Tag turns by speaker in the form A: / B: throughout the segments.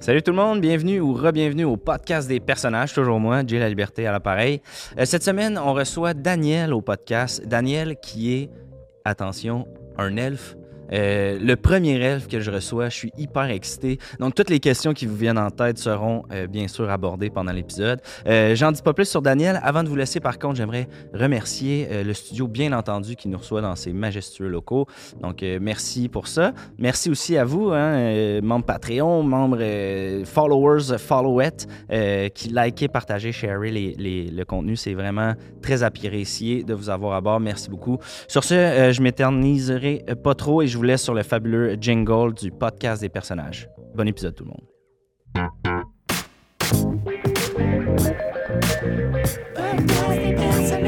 A: Salut tout le monde, bienvenue ou re-bienvenue au podcast des personnages, toujours moi, Jay La Liberté à l'appareil. Euh, cette semaine, on reçoit Daniel au podcast. Daniel qui est, attention, un elfe. Euh, le premier elfe que je reçois, je suis hyper excité. Donc, toutes les questions qui vous viennent en tête seront euh, bien sûr abordées pendant l'épisode. Euh, J'en dis pas plus sur Daniel. Avant de vous laisser, par contre, j'aimerais remercier euh, le studio, bien entendu, qui nous reçoit dans ses majestueux locaux. Donc, euh, merci pour ça. Merci aussi à vous, hein, euh, membres Patreon, membres euh, followers, followette, euh, qui likez, partagez, sharez les- les- le contenu. C'est vraiment très apprécié de vous avoir à bord. Merci beaucoup. Sur ce, euh, je m'éterniserai euh, pas trop et je vous laisse sur le fabuleux jingle du podcast des personnages. Bon épisode, tout le monde.
B: Podcast des personnages.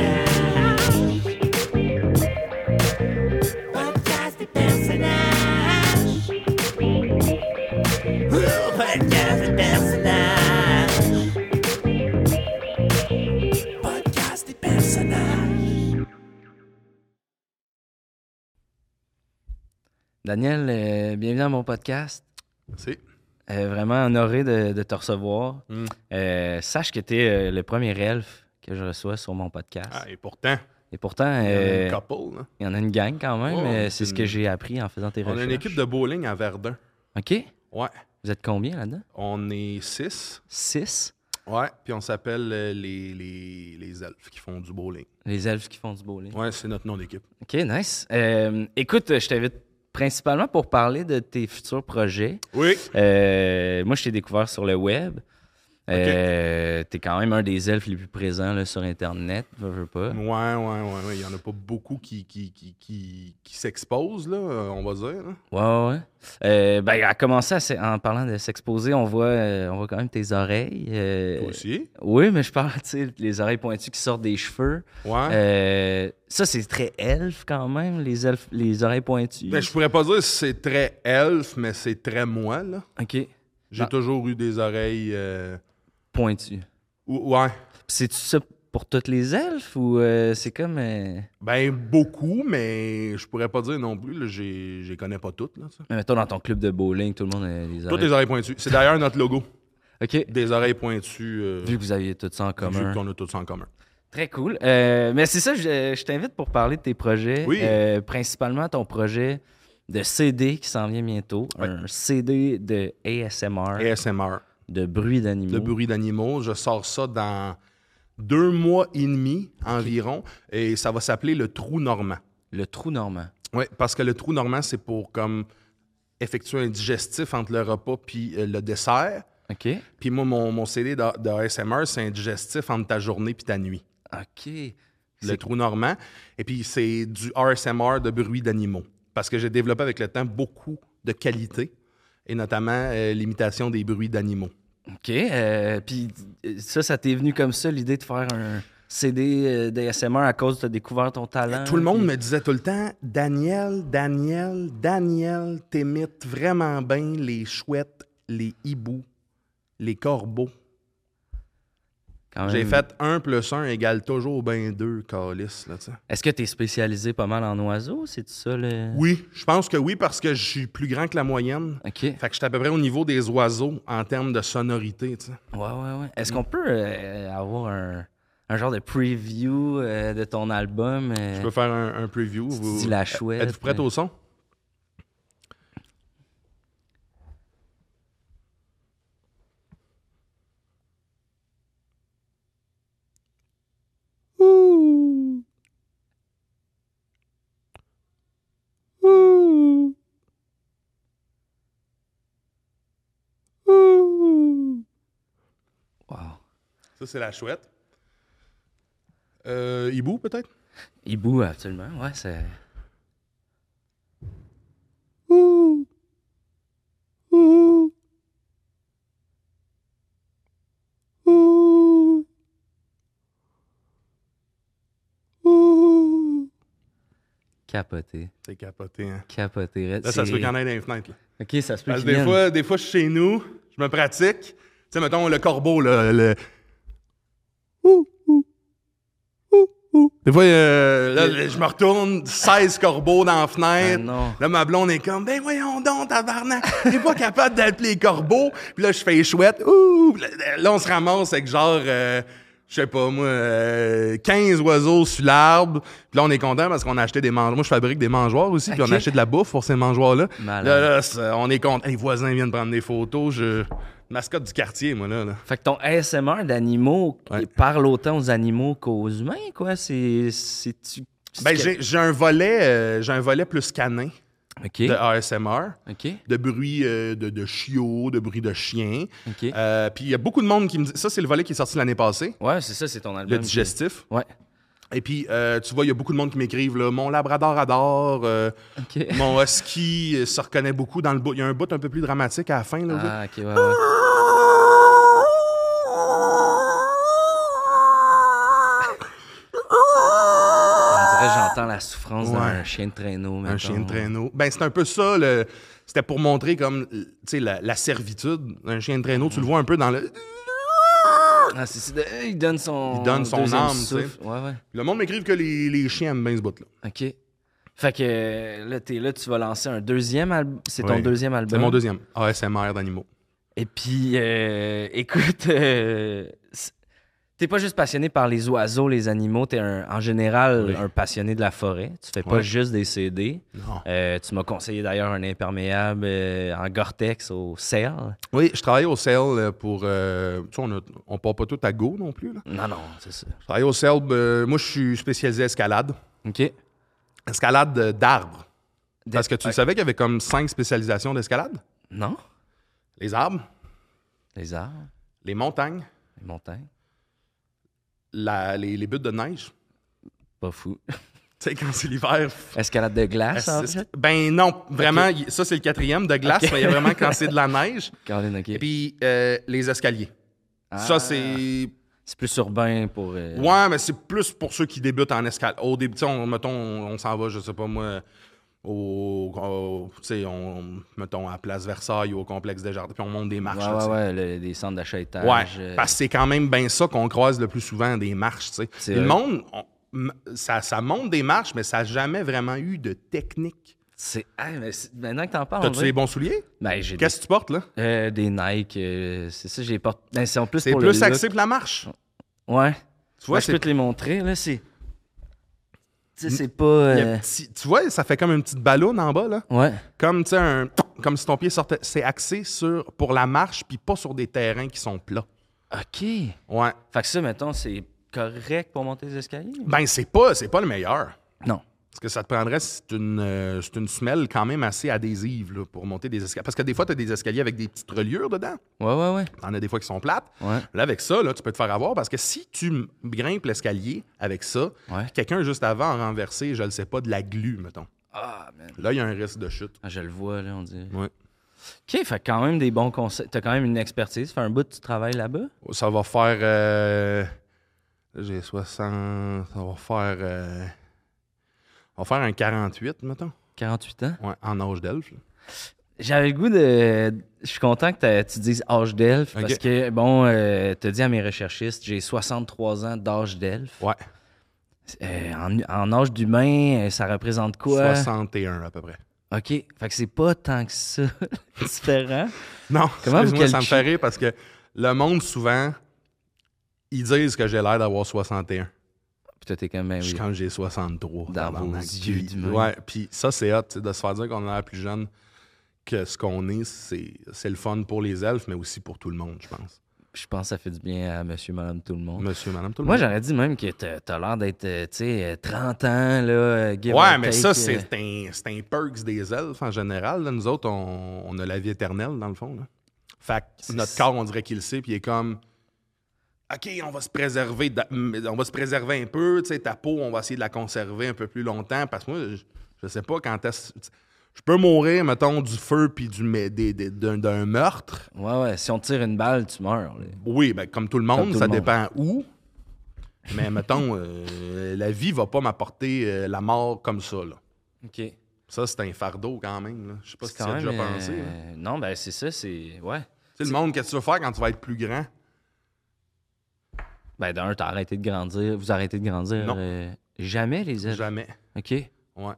B: Podcast des personnages. Ouh, Podcast des personnages. Podcast des personnages.
A: Daniel, euh, bienvenue à mon podcast.
C: Merci.
A: Euh, vraiment honoré de, de te recevoir.
C: Mm.
A: Euh, sache que tu es le premier elfe que je reçois sur mon podcast.
C: Ah, et pourtant,
A: Et pourtant, euh, il
C: il y en a une couple. là.
A: y en a une gang quand même.
C: Ouais,
A: euh,
C: ouais,
A: c'est ce
C: une-
A: que j'ai appris en faisant tes
C: On
A: recherches.
C: a une équipe de bowling à Verdun.
A: OK.
C: Ouais.
A: Vous êtes combien là-dedans?
C: On est six.
A: Six.
C: Ouais. Puis on s'appelle euh, les, les, les elfes qui font du bowling.
A: Les elfes qui font du bowling.
C: Ouais, c'est notre nom d'équipe.
A: OK, nice. Euh, écoute, je t'invite principalement pour parler de tes futurs projets.
C: Oui.
A: Euh, moi, je t'ai découvert sur le web. Euh, T'es quand même un des elfes les plus présents là, sur Internet, veux, veux pas.
C: Ouais, ouais, ouais. ouais. Il n'y en a pas beaucoup qui, qui, qui, qui, qui s'exposent, là, euh, on va dire. là.
A: Ouais, ouais. ouais. Euh, ben, à commencer à se- en parlant de s'exposer, on voit, euh, on voit quand même tes oreilles. euh,
C: Toi aussi.
A: Oui, mais je parle, tu sais, les oreilles pointues qui sortent des cheveux.
C: Ouais.
A: Euh, ça, c'est très elfe quand même, les elfes, les oreilles pointues.
C: Ben, je pourrais pas dire si c'est très elfe, mais c'est très moi, là.
A: Ok,
C: J'ai
A: Non.
C: toujours eu des oreilles. euh,
A: pointues.
C: ou- Ouais.
A: C'est-tu ça pour toutes les elfes ou euh, c'est comme. euh,
C: Ben, beaucoup, mais je pourrais pas dire non plus. là, J'ai- Je les connais pas toutes, là, ça.
A: Mettons dans ton club de bowling, tout le monde a les
C: Toutes
A: oreilles.
C: les oreilles pointues. C'est d'ailleurs notre logo.
A: Ok,
C: Des oreilles pointues. euh,
A: vu que vous aviez tout ça en
C: vu
A: commun.
C: qu'on a tout ça en commun.
A: Très cool. Euh, mais c'est ça, je, je t'invite pour parler de tes projets.
C: Oui.
A: Euh, principalement ton projet de CD qui s'en vient bientôt.
C: Ouais.
A: Un CD de ASMR,
C: ASMR.
A: de bruit d'animaux.
C: Le bruit d'animaux. Je sors ça dans deux mois et demi environ. Et ça va s'appeler le trou normand.
A: Le trou normand.
C: Oui, parce que le trou normand, c'est pour comme effectuer un digestif entre le repas puis euh, le dessert.
A: OK.
C: Puis moi, mon, mon CD de, de ASMR, c'est un digestif entre ta journée puis ta nuit.
A: OK.
C: le
A: C'est-
C: trou normand. Et puis, c'est du RSMR de bruit d'animaux. Parce que j'ai développé avec le temps beaucoup de qualités, et notamment euh, l'imitation des bruits d'animaux.
A: OK. euh, Puis euh, ça, ça t'est venu comme ça, l'idée de faire un CD euh, d'ASMR à cause de t'as découvert ton talent.
C: Tout le monde
A: puis-
C: me disait tout le temps Daniel, Daniel, Daniel, t'imites vraiment bien les chouettes, les hiboux, les corbeaux.
A: Quand
C: J'ai
A: même.
C: fait 1 plus 1 égale toujours bien 2, Calis. Là, tu sais.
A: Est-ce que t'es spécialisé pas mal en oiseaux? C'est ça le.
C: oui, je pense que oui, parce que je suis plus grand que la moyenne.
A: OK. Ouais,
C: Fait que je suis à peu près au niveau des oiseaux en termes de sonorité. tu sais.
A: ouais, ouais. Est-ce
C: Mm.
A: qu'on peut euh, avoir un, un genre de preview euh, de ton album? euh,
C: Je peux faire un, un preview.
A: tu dis la chouette. euh.
C: Êtes-vous prête au son?
A: Wow.
C: Ça, c'est la chouette. Euh, hibou, peut-être?
A: Hibou, absolument. Ouais, c'est.
B: 음, 음, 음.
A: Capoté.
C: C'est capoté, hein?
A: Capoté. Red,
C: Là, ça se
A: c'est-
C: peut qu'il y en ait dans les fenêtres. là.
A: Ok, ça se peut
C: Parce
A: qu'il
C: que des
A: vienne.
C: fois, des fois, je suis chez nous, je me pratique. Tu sais, mettons, le corbeau, là, le... Ouh, ouh, ouh, ouh. Des fois, euh, là, là, je me retourne, 16 corbeaux dans la fenêtre.
A: Ah non.
C: Là, ma blonde est comme, ben voyons donc, tabarnak, t'es pas capable d'appeler les corbeaux. Puis là, je fais chouette, ouh. Là, Là, on se ramasse avec genre, euh, je sais pas moi, euh, 15 oiseaux sur l'arbre. Puis là, on est content parce qu'on a acheté des mangeoires. Moi, je fabrique des mangeoires aussi, puis
A: Ok.
C: on a acheté de la bouffe pour ces mangeoires-là.
A: Malade.
C: Là, là, ça- on est content. Les voisins viennent prendre des photos. Je... Mascotte du quartier, moi, là. là.
A: Fait que ton ASMR d'animaux qui
C: Ouais.
A: parle autant aux animaux qu'aux humains, quoi. C'est. C'est-tu.
C: Ben, j'ai j'ai un volet, euh, j'ai un volet plus canin
A: Ok.
C: de ASMR,
A: Ok.
C: de bruit euh, de, de chiots, de bruit de chiens.
A: Ok.
C: Euh, Puis il y a beaucoup de monde qui me dit, ça c'est le volet qui est sorti l'année passée,
A: Ouais, c'est ça, c'est ton album.
C: le digestif.
A: Ouais.
C: Et puis euh, tu vois, il y a beaucoup de monde qui m'écrivent là, mon Labrador adore, euh,
A: Ok.
C: mon husky euh, se reconnaît beaucoup dans le bout. Il y a un bout un peu plus dramatique à la fin là.
A: Ah, ok, ouais, ouais. On dirait que j'entends la souffrance
C: Ouais.
A: d'un chien de traîneau.
C: Un
A: mettons.
C: chien de traîneau. Ben, c'est un peu ça. le- C'était pour montrer comme tu sais, la, la servitude. Un chien de traîneau, tu le vois un peu dans le.
A: Ah, c'est- c'est de- euh, il donne son.
C: Il donne son
A: deuxième
C: âme, tu sais.
A: souffle. Ouais, ouais.
C: Le monde m'écrive que les, les chiens aiment bien ce bout-là.
A: Ok. Fait que euh, là, t'es là, tu vas lancer un deuxième album. C'est ton
C: Oui.
A: deuxième album.
C: C'est mon deuxième. ASMR d'animaux.
A: Et puis, euh, écoute, euh, c- t'es pas juste passionné par les oiseaux, les animaux, t'es un- en général
C: Oui.
A: un passionné de la forêt. Tu fais pas
C: Ouais.
A: juste des CD.
C: Non.
A: Euh, tu m'as conseillé d'ailleurs un imperméable euh, en Gore-Tex au CERL.
C: Oui, je travaille au CEL pour. euh, tu sais, on, a- on part pas tout à go non plus. Là.
A: Non, non, c'est ça.
C: Je travaille au CEL. euh, moi, je suis spécialisé escalade.
A: OK.
C: Escalade euh, d'arbres.
A: Des-
C: Parce que tu savais qu'il y avait comme cinq spécialisations d'escalade
A: Non?
C: les arbres,
A: Les arbres,
C: les montagnes,
A: les montagnes.
C: la- les, les buttes de neige.
A: Pas fou.
C: Tu sais, quand c'est l'hiver,
A: Escalade de glace, en
C: Assist.
A: fait.
C: Ben non, vraiment, y- ça c'est le quatrième de glace,
A: Ok.
C: mais il y a vraiment quand c'est de la neige.
A: Caroline, OK.
C: Et puis euh, les escaliers.
A: Ah,
C: Ça c'est.
A: C'est plus urbain pour... euh,
C: Ouais, mais c'est plus pour ceux qui débutent en escalade. Au début, tu sais, on, mettons, on, on s'en va, je sais pas moi, au. au- tu sais, on. Mettons, à Place Versailles ou au complexe des jardins, puis on monte des marches.
A: Ouais,
C: là,
A: ouais,
C: tu sais.
A: ouais, le- des centres d'achat
C: Ouais,
A: étage. euh,
C: parce que c'est quand même bien ça qu'on croise le plus souvent, des marches, tu sais.
A: C'est
C: Puis Le
A: vrai.
C: monde, on- m- ça, ça monte des marches, mais ça n'a jamais vraiment eu de technique.
A: c'est... Ah, mais c'est- Maintenant que t'en parles, on
C: T'as-tu
A: dirait-
C: des bons souliers?
A: Ben, j'ai des
C: Qu'est-ce que tu portes, là?
A: Euh, des Nike, euh, c'est ça, j'ai porté. Ben, c'est en plus
C: C'est
A: pour
C: plus
A: le
C: axé
A: look.
C: pour la marche.
A: Ouais.
C: Tu vois,
A: Ben, je peux
C: c'est- Mm.
A: te les montrer, là, c'est. Tu sais, c'est pas. euh,
C: il y a petit- tu vois, ça fait comme une petite ballonne en bas, là.
A: Ouais.
C: Comme, tu sais, un- comme si ton pied sortait. C'est axé sur, pour la marche, puis pas sur des terrains qui sont plats.
A: OK. Fait
C: Ouais.
A: que ça, mettons, c'est correct pour monter les escaliers?
C: Ben, c'est pas, c'est pas le meilleur.
A: Non.
C: Parce que ça te prendrait, c'est une, euh, c'est une semelle quand même assez adhésive là, pour monter des escaliers. Parce que des fois, tu as des escaliers avec des petites reliures dedans.
A: Ouais, ouais, ouais.
C: T'en as des fois qui sont plates.
A: Ouais.
C: Là, avec ça, là, tu peux te faire avoir parce que si tu m- grimpes l'escalier avec ça,
A: Ouais.
C: quelqu'un juste avant a renversé, je le sais pas, de la glu, mettons.
A: Ah, man.
C: Là, il y a un risque de chute.
A: Ah, je le vois, là, on dirait.
C: Ouais.
A: OK, fait quand même des bons conseils. T'as quand même une expertise. Fait un bout, tu travailles là-bas.
C: Ça va faire. euh, J'ai 60. Ça va faire. euh, On va faire un 48, mettons.
A: 48 ans.
C: Ouais, en âge d'elfe. là.
A: J'avais le goût de. Je suis content que t'as- tu dises âge d'elfe parce
C: Ok.
A: que, bon, euh, t'as dit à mes recherchistes, j'ai 63 ans d'âge d'elfe.
C: Ouais,
A: Euh, en, en âge d'humain, euh, ça représente quoi?
C: 61 à peu près.
A: OK. Fait que c'est pas tant que ça différent.
C: Non,
A: Comment vous
C: excuse-moi, ça me
A: calculez-
C: fait rire parce que le monde, souvent, ils disent que j'ai l'air d'avoir 61.
A: Puis toi, t'es quand même.
C: Je suis
A: Eh Oui.
C: quand j'ai 63.
A: Dans
C: tabarnak.
A: vos yeux
C: Puis-
A: d'humain.
C: Ouais, puis ça, c'est hot, tu sais, de se faire dire qu'on a l'air plus jeune que ce qu'on est. C'est c'est le fun pour les elfes, mais aussi pour tout le monde, je pense.
A: Je pense que ça fait du bien à monsieur, madame, tout le monde.
C: Monsieur, madame, tout le
A: Moi,
C: monde.
A: j'aurais dit même que t'as t'as l'air d'être, euh, tu sais, euh, 30 ans, là. euh, give
C: Ouais,
A: or
C: mais
A: take,
C: ça,
A: euh,
C: c'est un, c'est un perks des elfes en général. là. Nous autres, on, on a la vie éternelle, dans le fond. là. Fait que notre corps, on dirait qu'il le sait, puis il est comme. OK, on va se préserver, d'a- mais on va se préserver un peu, tu sais, ta peau, on va essayer de la conserver un peu plus longtemps. Parce que moi, je, je sais pas quand est-ce. tu sais, Je peux mourir, mettons, du feu puis du, mais des- des- d'un, d'un meurtre.
A: Ouais, ouais. Si on te tire une balle, tu meurs. là.
C: Oui, ben, comme tout le monde,
A: Comme tout
C: ça
A: le monde.
C: dépend où. Mais mettons, euh, la vie va pas m'apporter euh, la mort comme ça, là.
A: OK.
C: Ça, c'est un fardeau quand même. là. Je sais pas si tu
A: quand
C: y as déjà
A: même,
C: pensé. hein.
A: euh,
C: là.
A: Non, ben, c'est ça, c'est. Ouais.
C: Tu sais, le monde, qu'est-ce que tu vas faire quand tu vas être plus grand?
A: Ben, d'un, t'as arrêté de grandir. Vous arrêtez de grandir.
C: Non.
A: euh, jamais, les elfes.
C: Jamais.
A: OK.
C: Ouais.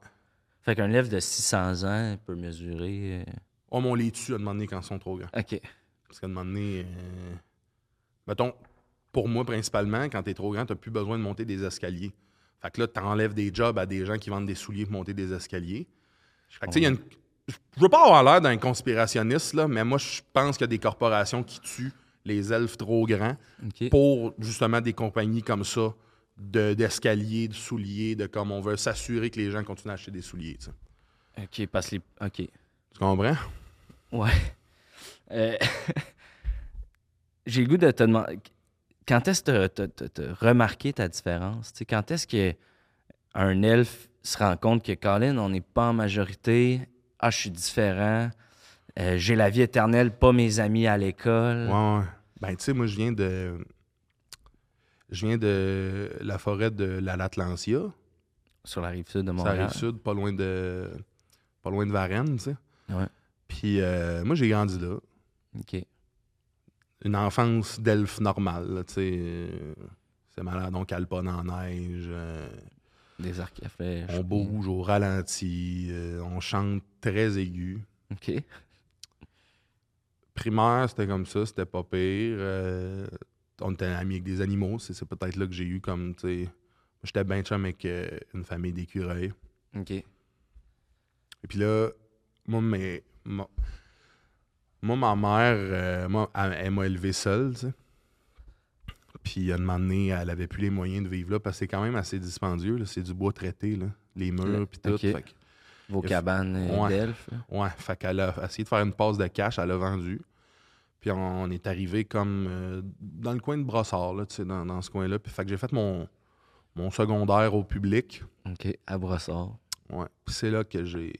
A: Fait qu'un elfe de 600 ans peut mesurer. euh,
C: Oh, mais on les tue à demander quand ils sont trop grands.
A: OK.
C: Parce qu'à un moment donné, euh, mettons, pour moi principalement, quand t'es trop grand, t'as plus besoin de monter des escaliers. Fait que là, t'enlèves des jobs à des gens qui vendent des souliers pour monter des escaliers. Fait que, tu sais, il y a une... Je veux pas avoir l'air d'un conspirationniste, là, mais moi, je pense qu'il y a des corporations qui tuent les elfes trop grands
A: OK.
C: pour justement des compagnies comme ça de- d'escaliers, de, souliers, de comme on veut s'assurer que les gens continuent à acheter des souliers. tu sais.
A: OK, parce que les. OK.
C: Tu comprends?
A: Ouais. Euh, J'ai le goût de te demander. Quand est-ce que tu as, remarqué ta différence? Tu sais, quand est-ce que un elfe se rend compte que Colin, on n'est pas en majorité, ah, je suis différent, euh, j'ai la vie éternelle, pas mes amis à l'école.
C: Ouais, ouais. Ben, tu sais, moi, je viens de. Je viens de la forêt de la Latlancia.
A: Sur la rive sud de
C: Ça
A: Montréal.
C: arrive sud, pas loin de. Pas loin de Varennes, tu sais.
A: Ouais.
C: Puis, euh, moi, j'ai grandi là.
A: OK.
C: Une enfance d'elfe normale, là, tu sais. euh, C'est malade, on cale pas dans la neige. euh,
A: Des arcs à flèches.
C: on bouge au ralenti. euh, on chante très aigu.
A: OK.
C: primaire, c'était comme ça, c'était pas pire. Euh, on était amis avec des animaux, c'est c'est peut-être là que j'ai eu comme, tu sais. moi, J'étais bien chum avec euh, une famille d'écureuils.
A: OK.
C: Et puis là, moi, mes, ma, moi, ma mère, euh, moi, elle, elle m'a élevé seule, tu sais. Puis à un moment donné, elle avait plus les moyens de vivre là parce que c'est quand même assez dispendieux, là. C'est du bois traité, là. Les murs, puis tout.
A: Ok.
C: Fait que-
A: Vos
C: Eff-
A: cabanes euh,
C: Ouais.
A: d'elfes. là.
C: Ouais, fait qu'elle a essayé de faire une passe de cash, elle a vendu. Puis on, on est arrivé comme euh, dans le coin de Brossard, là, tu sais, dans, dans ce coin-là. Puis fait que j'ai fait mon, mon secondaire au public.
A: OK. À Brossard.
C: Ouais. Puis c'est là que j'ai.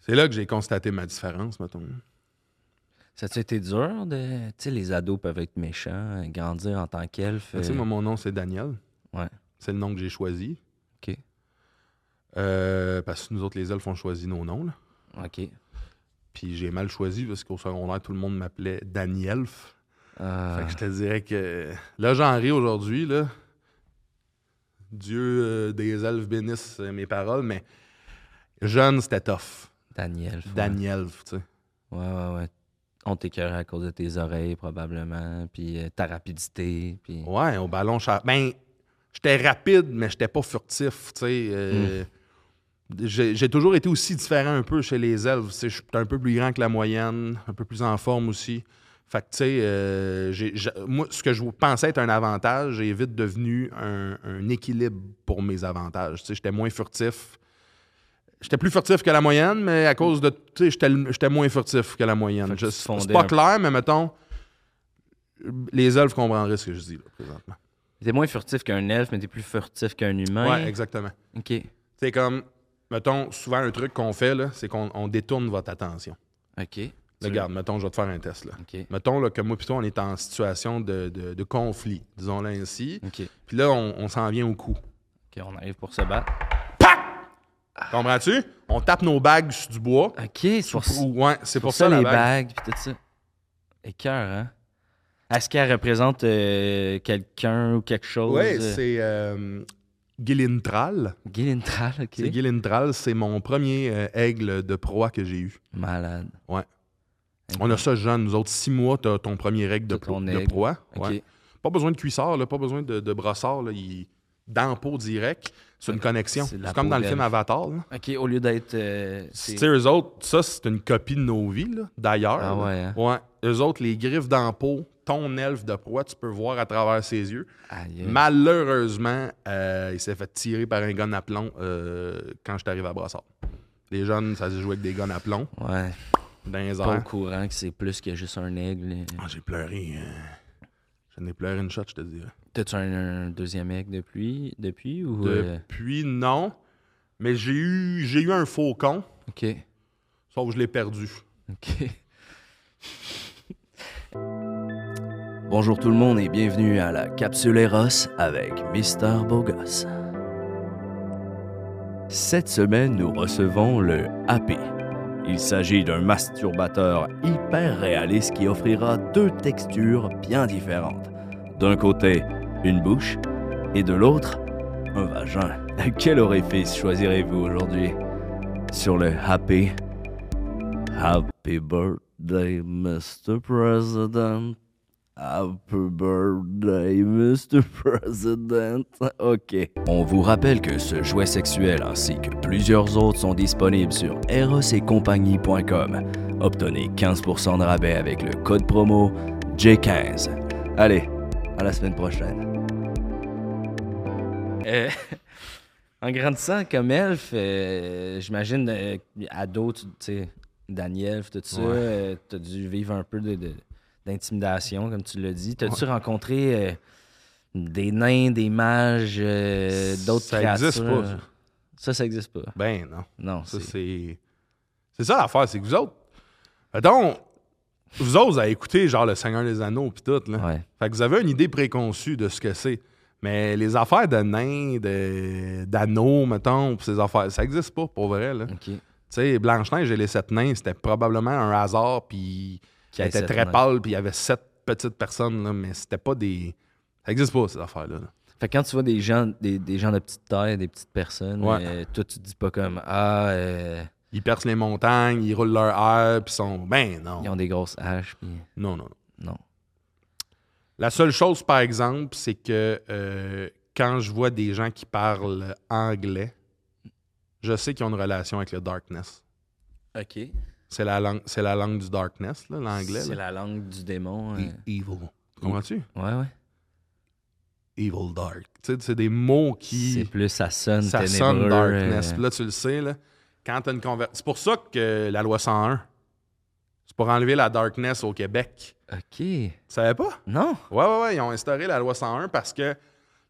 C: C'est là que j'ai constaté ma différence, mettons.
A: Ça a été dur de. Tu sais, les ados peuvent être méchants, euh, grandir en tant qu'elfe.
C: Ben, Tu sais,
A: euh,
C: moi, mon nom, c'est Daniel.
A: Ouais.
C: C'est le nom que j'ai choisi.
A: OK.
C: Euh, parce que nous autres, les elfes, on choisi nos noms, là.
A: OK.
C: Puis j'ai mal choisi parce qu'au secondaire, tout le monde m'appelait Danielf.
A: Ah,
C: Fait que je te dirais que là, j'en ris aujourd'hui. là. Dieu euh, des elfes bénisse euh, mes paroles, mais jeune, c'était tough.
A: Daniel. ouais.
C: Daniel, tu sais.
A: Ouais, ouais, ouais. On t'écœurait à cause de tes oreilles, probablement, puis euh, ta rapidité, puis...
C: Ouais, au ballon char. Ben, j'étais rapide, mais j'étais pas furtif, tu sais. euh,
A: Hmm.
C: J'ai j'ai toujours été aussi différent un peu chez les elfes. tu sais. Je suis un peu plus grand que la moyenne, un peu plus en forme aussi. Fait que, tu sais, euh, j'ai- j'ai- moi, ce que je pensais être un avantage, j'ai vite devenu un, un équilibre pour mes avantages. Tu sais, j'étais moins furtif. J'étais plus furtif que la moyenne, mais à cause de. Tu sais, j'étais le- j'étais moins furtif que la moyenne.
A: Fait que tu
C: Je-
A: te fondais
C: C'est
A: un
C: pas
A: peu.
C: clair, mais mettons, les elfes comprendraient ce que je dis, là, présentement.
A: T'es moins furtif qu'un elfe, mais t'es plus furtif qu'un humain.
C: Ouais, exactement.
A: OK,
C: C'est comme, mettons, souvent un truc qu'on fait, là, c'est qu'on on détourne votre attention.
A: OK.
C: Là, regarde, mettons, je vais te faire un test. Là.
A: OK,
C: Mettons là, que moi et toi, on est en situation de, de- de conflit, disons-le ainsi.
A: OK. OK,
C: Puis là, on, on s'en vient au coup.
A: on arrive pour se battre.
C: Comprends-tu? On tape nos bagues sur du bois.
A: OK, Ah. c'est
C: Sous-
A: pour, c'est
C: ou- ouais, c'est
A: pour
C: pour,
A: ça,
C: la
A: les
C: bague.
A: bagues, puis tout ça. Écœur, hein? Est-ce qu'elle représente euh, quelqu'un ou quelque chose?
C: Ouais, c'est euh, Guilintral.
A: Guilintral, OK.
C: C'est Guilintral, c'est mon premier euh, aigle de proie que j'ai eu.
A: Malade.
C: Ouais. On a ça jeune, nous autres, six mois, t'as ton premier aigle de,
A: T'as ton
C: pro- de
A: aigle.
C: proie.
A: OK.
C: Ouais. Pas besoin de cuissard, là, pas besoin de, de brossard. Là, il... Dans le pot direct, c'est une connexion.
A: c'est de la
C: C'est comme
A: peau
C: dans le film
A: d'elfe.
C: Avatar. là.
A: OK, au lieu d'être... euh,
C: Tu
A: c'est-
C: sais, eux autres, ça, c'est une copie de nos vies, là, d'ailleurs.
A: Ah
C: là.
A: ouais, hein?
C: Ouais. Eux autres, les griffes dans le pot, ton elfe de proie, tu peux voir à travers ses yeux.
A: Aïe, aïe.
C: Malheureusement, euh, il s'est fait tirer par un gun à plomb euh, quand je suis arrivé à Brassard. Les jeunes, ça se jouait avec des guns à plomb,
A: Ouais.
C: dans les
A: pas au
C: airs.
A: courant que c'est plus que juste un aigle.
C: Ah, J'ai pleuré. euh, J'en ai pleuré une shot, je te dirais.
A: T'as-tu un, un deuxième aigle depuis, depuis ou... euh,
C: Depuis, non. Mais j'ai eu, j'ai eu un faucon,
A: OK,
C: sauf que je l'ai perdu.
A: OK. Bonjour tout le monde et bienvenue à la Capsule Eros avec Mister Bogos. Cette semaine, nous recevons le AP, Il s'agit d'un masturbateur hyper réaliste qui offrira deux textures bien différentes. D'un côté, une bouche, et de l'autre, un vagin. Quel orifice choisirez-vous aujourd'hui Sur le Happy. Happy birthday, Mr. President. Happy birthday, Mr. President. OK. On vous rappelle que ce jouet sexuel ainsi que plusieurs autres sont disponibles sur erosetcompagnie.com. Obtenez 15% de rabais avec le code promo J15. Allez, à la semaine prochaine. Euh, en grandissant comme elfe, euh, j'imagine euh, ado, tu tu sais, Daniel, tout ça, euh, t'as dû vivre un peu de- de- d'intimidation, comme tu l'as dit. T'as-tu rencontré euh, des nains, des mages, euh, d'autres
C: Ça
A: créatures?
C: existe pas, ça.
A: Ça, ça existe pas.
C: Ben non.
A: Non,
C: Ça,
A: c'est-
C: c'est. C'est ça l'affaire, c'est que vous autres. Mettons, vous autres à écouter genre Le Seigneur des Anneaux puis tout, là.
A: Ouais.
C: Fait que vous avez une idée préconçue de ce que c'est. Mais les affaires de nains, de- d'anneaux, mettons, pis ces affaires, ça n'existe pas pour vrai, là.
A: OK.
C: Tu sais, Blanche-Neige et les sept nains, c'était probablement un hasard, puis
A: Qu'il y
C: elle
A: ait
C: était
A: sept
C: très
A: nains.
C: pâle, puis il y avait sept petites personnes, là, mais c'était pas des. Ça n'existe pas, ces affaires-là. là.
A: Fait que quand tu vois des gens, des, des gens de petite taille, des petites personnes,
C: Ouais.
A: euh, toi, tu te dis pas comme Ah, euh,
C: Ils percent les montagnes, ils roulent leur air, puis sont. Ben non.
A: ils ont des grosses haches, puis
C: Non, non, non.
A: non.
C: La seule chose, par exemple, c'est que euh, quand je vois des gens qui parlent anglais, je sais qu'ils ont une relation avec le darkness.
A: OK.
C: C'est la langue, c'est la langue du darkness, là, l'anglais.
A: C'est
C: là.
A: la langue du démon. euh.
C: E- Evil. Comprends-tu?
A: Ouais, ouais.
C: Evil dark. Tu sais, c'est des mots
A: C'est
C: qui.
A: plus, ça sonne
C: Ça
A: ténébreux,
C: sonne
A: euh,
C: darkness. Puis Là, tu le sais, là. Quand t'as une conversation. C'est pour ça que la loi 101, c'est pour enlever la darkness au Québec.
A: euh, OK.
C: Tu savais pas?
A: Non.
C: Ouais, ouais, ouais, ils ont instauré la loi 101 parce que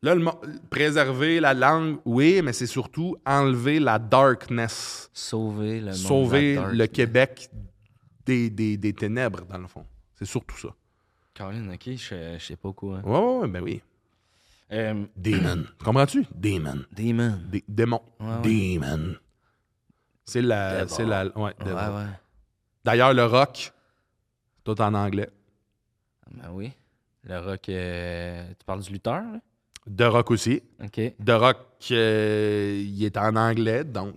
C: là, le mo- préserver la langue, oui, mais c'est surtout enlever la darkness,
A: Sauver le monde.
C: sauver
A: de la dark.
C: le Québec des, des- des ténèbres, dans le fond. C'est surtout ça.
A: Colin, OK, je, je sais pas quoi.
C: Ouais, ouais, ouais, ben oui.
A: Euh,
C: Demon. Comprends-tu? Demon.
A: Demon.
C: Dé- démon.
A: Ouais,
C: Demon. C'est la.
A: Devil.
C: C'est la ouais,
A: Ouais,
C: devil.
A: ouais.
C: D'ailleurs, le rock, tout en anglais.
A: Ben oui. Le rock. euh, tu parles du lutteur, là?
C: De rock aussi.
A: OK.
C: The Rock, euh, il est en anglais, donc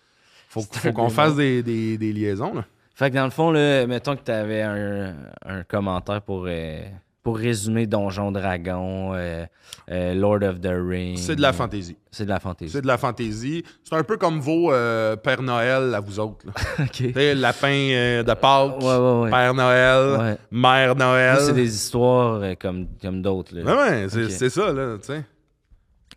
C: faut,
A: C'est
C: faut
A: un
C: qu'on
A: démon.
C: fasse des, des- des liaisons. là.
A: Fait que dans le fond, là, mettons que t'avais un, un commentaire pour. euh, pour résumer Donjon Dragon, euh, euh, Lord of the Rings.
C: C'est de la fantaisie.
A: C'est de la fantaisie.
C: C'est de la fantaisie. C'est un peu comme vos euh, Père Noël à vous autres. là.
A: OK.
C: Tu sais, lapin euh, de Pâques,
A: Ouais, ouais, ouais.
C: Père Noël,
A: Ouais.
C: Mère Noël.
A: Là, C'est des histoires euh, comme, comme d'autres. là.
C: Ouais, ouais, c'est
A: Ok.
C: c'est ça, là, tu sais.